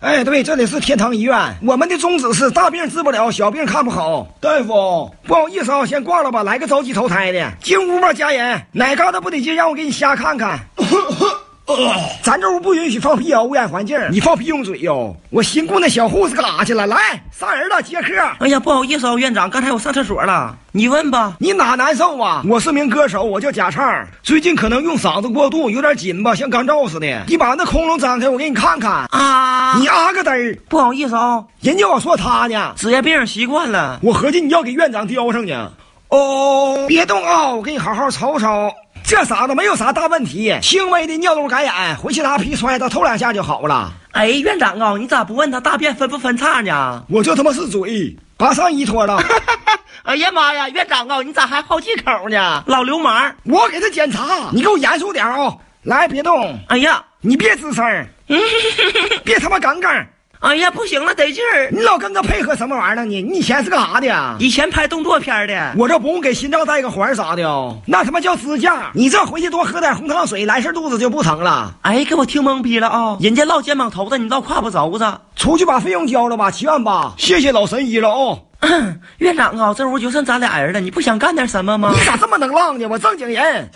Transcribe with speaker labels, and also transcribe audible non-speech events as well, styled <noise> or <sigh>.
Speaker 1: 哎，对，这里是天堂医院，我们的宗旨是大病治不了，小病看不好。大夫，不好意思啊，先挂了吧，来个着急投胎的，进屋吧，家人，哪嘎达不得劲，让我给你瞎看看。咱这屋不允许放屁啊，污染环境。你放屁用嘴哟！我寻姑那小护士干啥去了？来，上人了，接客。
Speaker 2: 哎呀，不好意思啊，院长，刚才我上厕所了，你问吧。
Speaker 1: 你哪难受啊？我是名歌手，我叫贾畅，最近可能用嗓子过度，有点紧吧，像干燥似的。你把那窟窿张开，我给你看看。
Speaker 2: 啊，
Speaker 1: 你啊个嘚儿，
Speaker 2: 不好意思啊，
Speaker 1: 人家我说他呢，
Speaker 2: 职业病习惯了。
Speaker 1: 我合计你要给院长叼上呢。哦，别动啊、我给你好好瞅瞅。这傻子没有啥大问题，轻微的尿路感染，回去拿皮揣他，透两下就好了。
Speaker 2: 哎，院长啊，你咋不问他大便分不分叉呢？
Speaker 1: 我这他妈是嘴，把上衣脱 <laughs> 了。
Speaker 2: 哎呀妈呀，院长啊，你咋还好忌口呢？老流氓！
Speaker 1: 我给他检查，你给我严肃点啊、来，别动，
Speaker 2: 哎呀，
Speaker 1: 你别吱声 <laughs> 儿，别他妈耿耿，
Speaker 2: 哎呀，不行了，得劲儿。
Speaker 1: 你老跟个配合什么玩意儿呢？你你以前是干啥的呀？
Speaker 2: 以前拍动作片的，
Speaker 1: 我这不用给心脏带个环儿啥的哦，那他妈叫支架。你这回去多喝点红糖水，来事肚子就不疼了。
Speaker 2: 哎，给我听懵逼了啊、人家落肩膀头子，你落胯不轴子。
Speaker 1: 出去把费用交了吧，七万八。谢谢老神医了哦。
Speaker 2: <clears throat> 院长啊，这屋就剩咱俩人了，你不想干点什么吗
Speaker 1: 你？咋这么能浪呢？我正经人。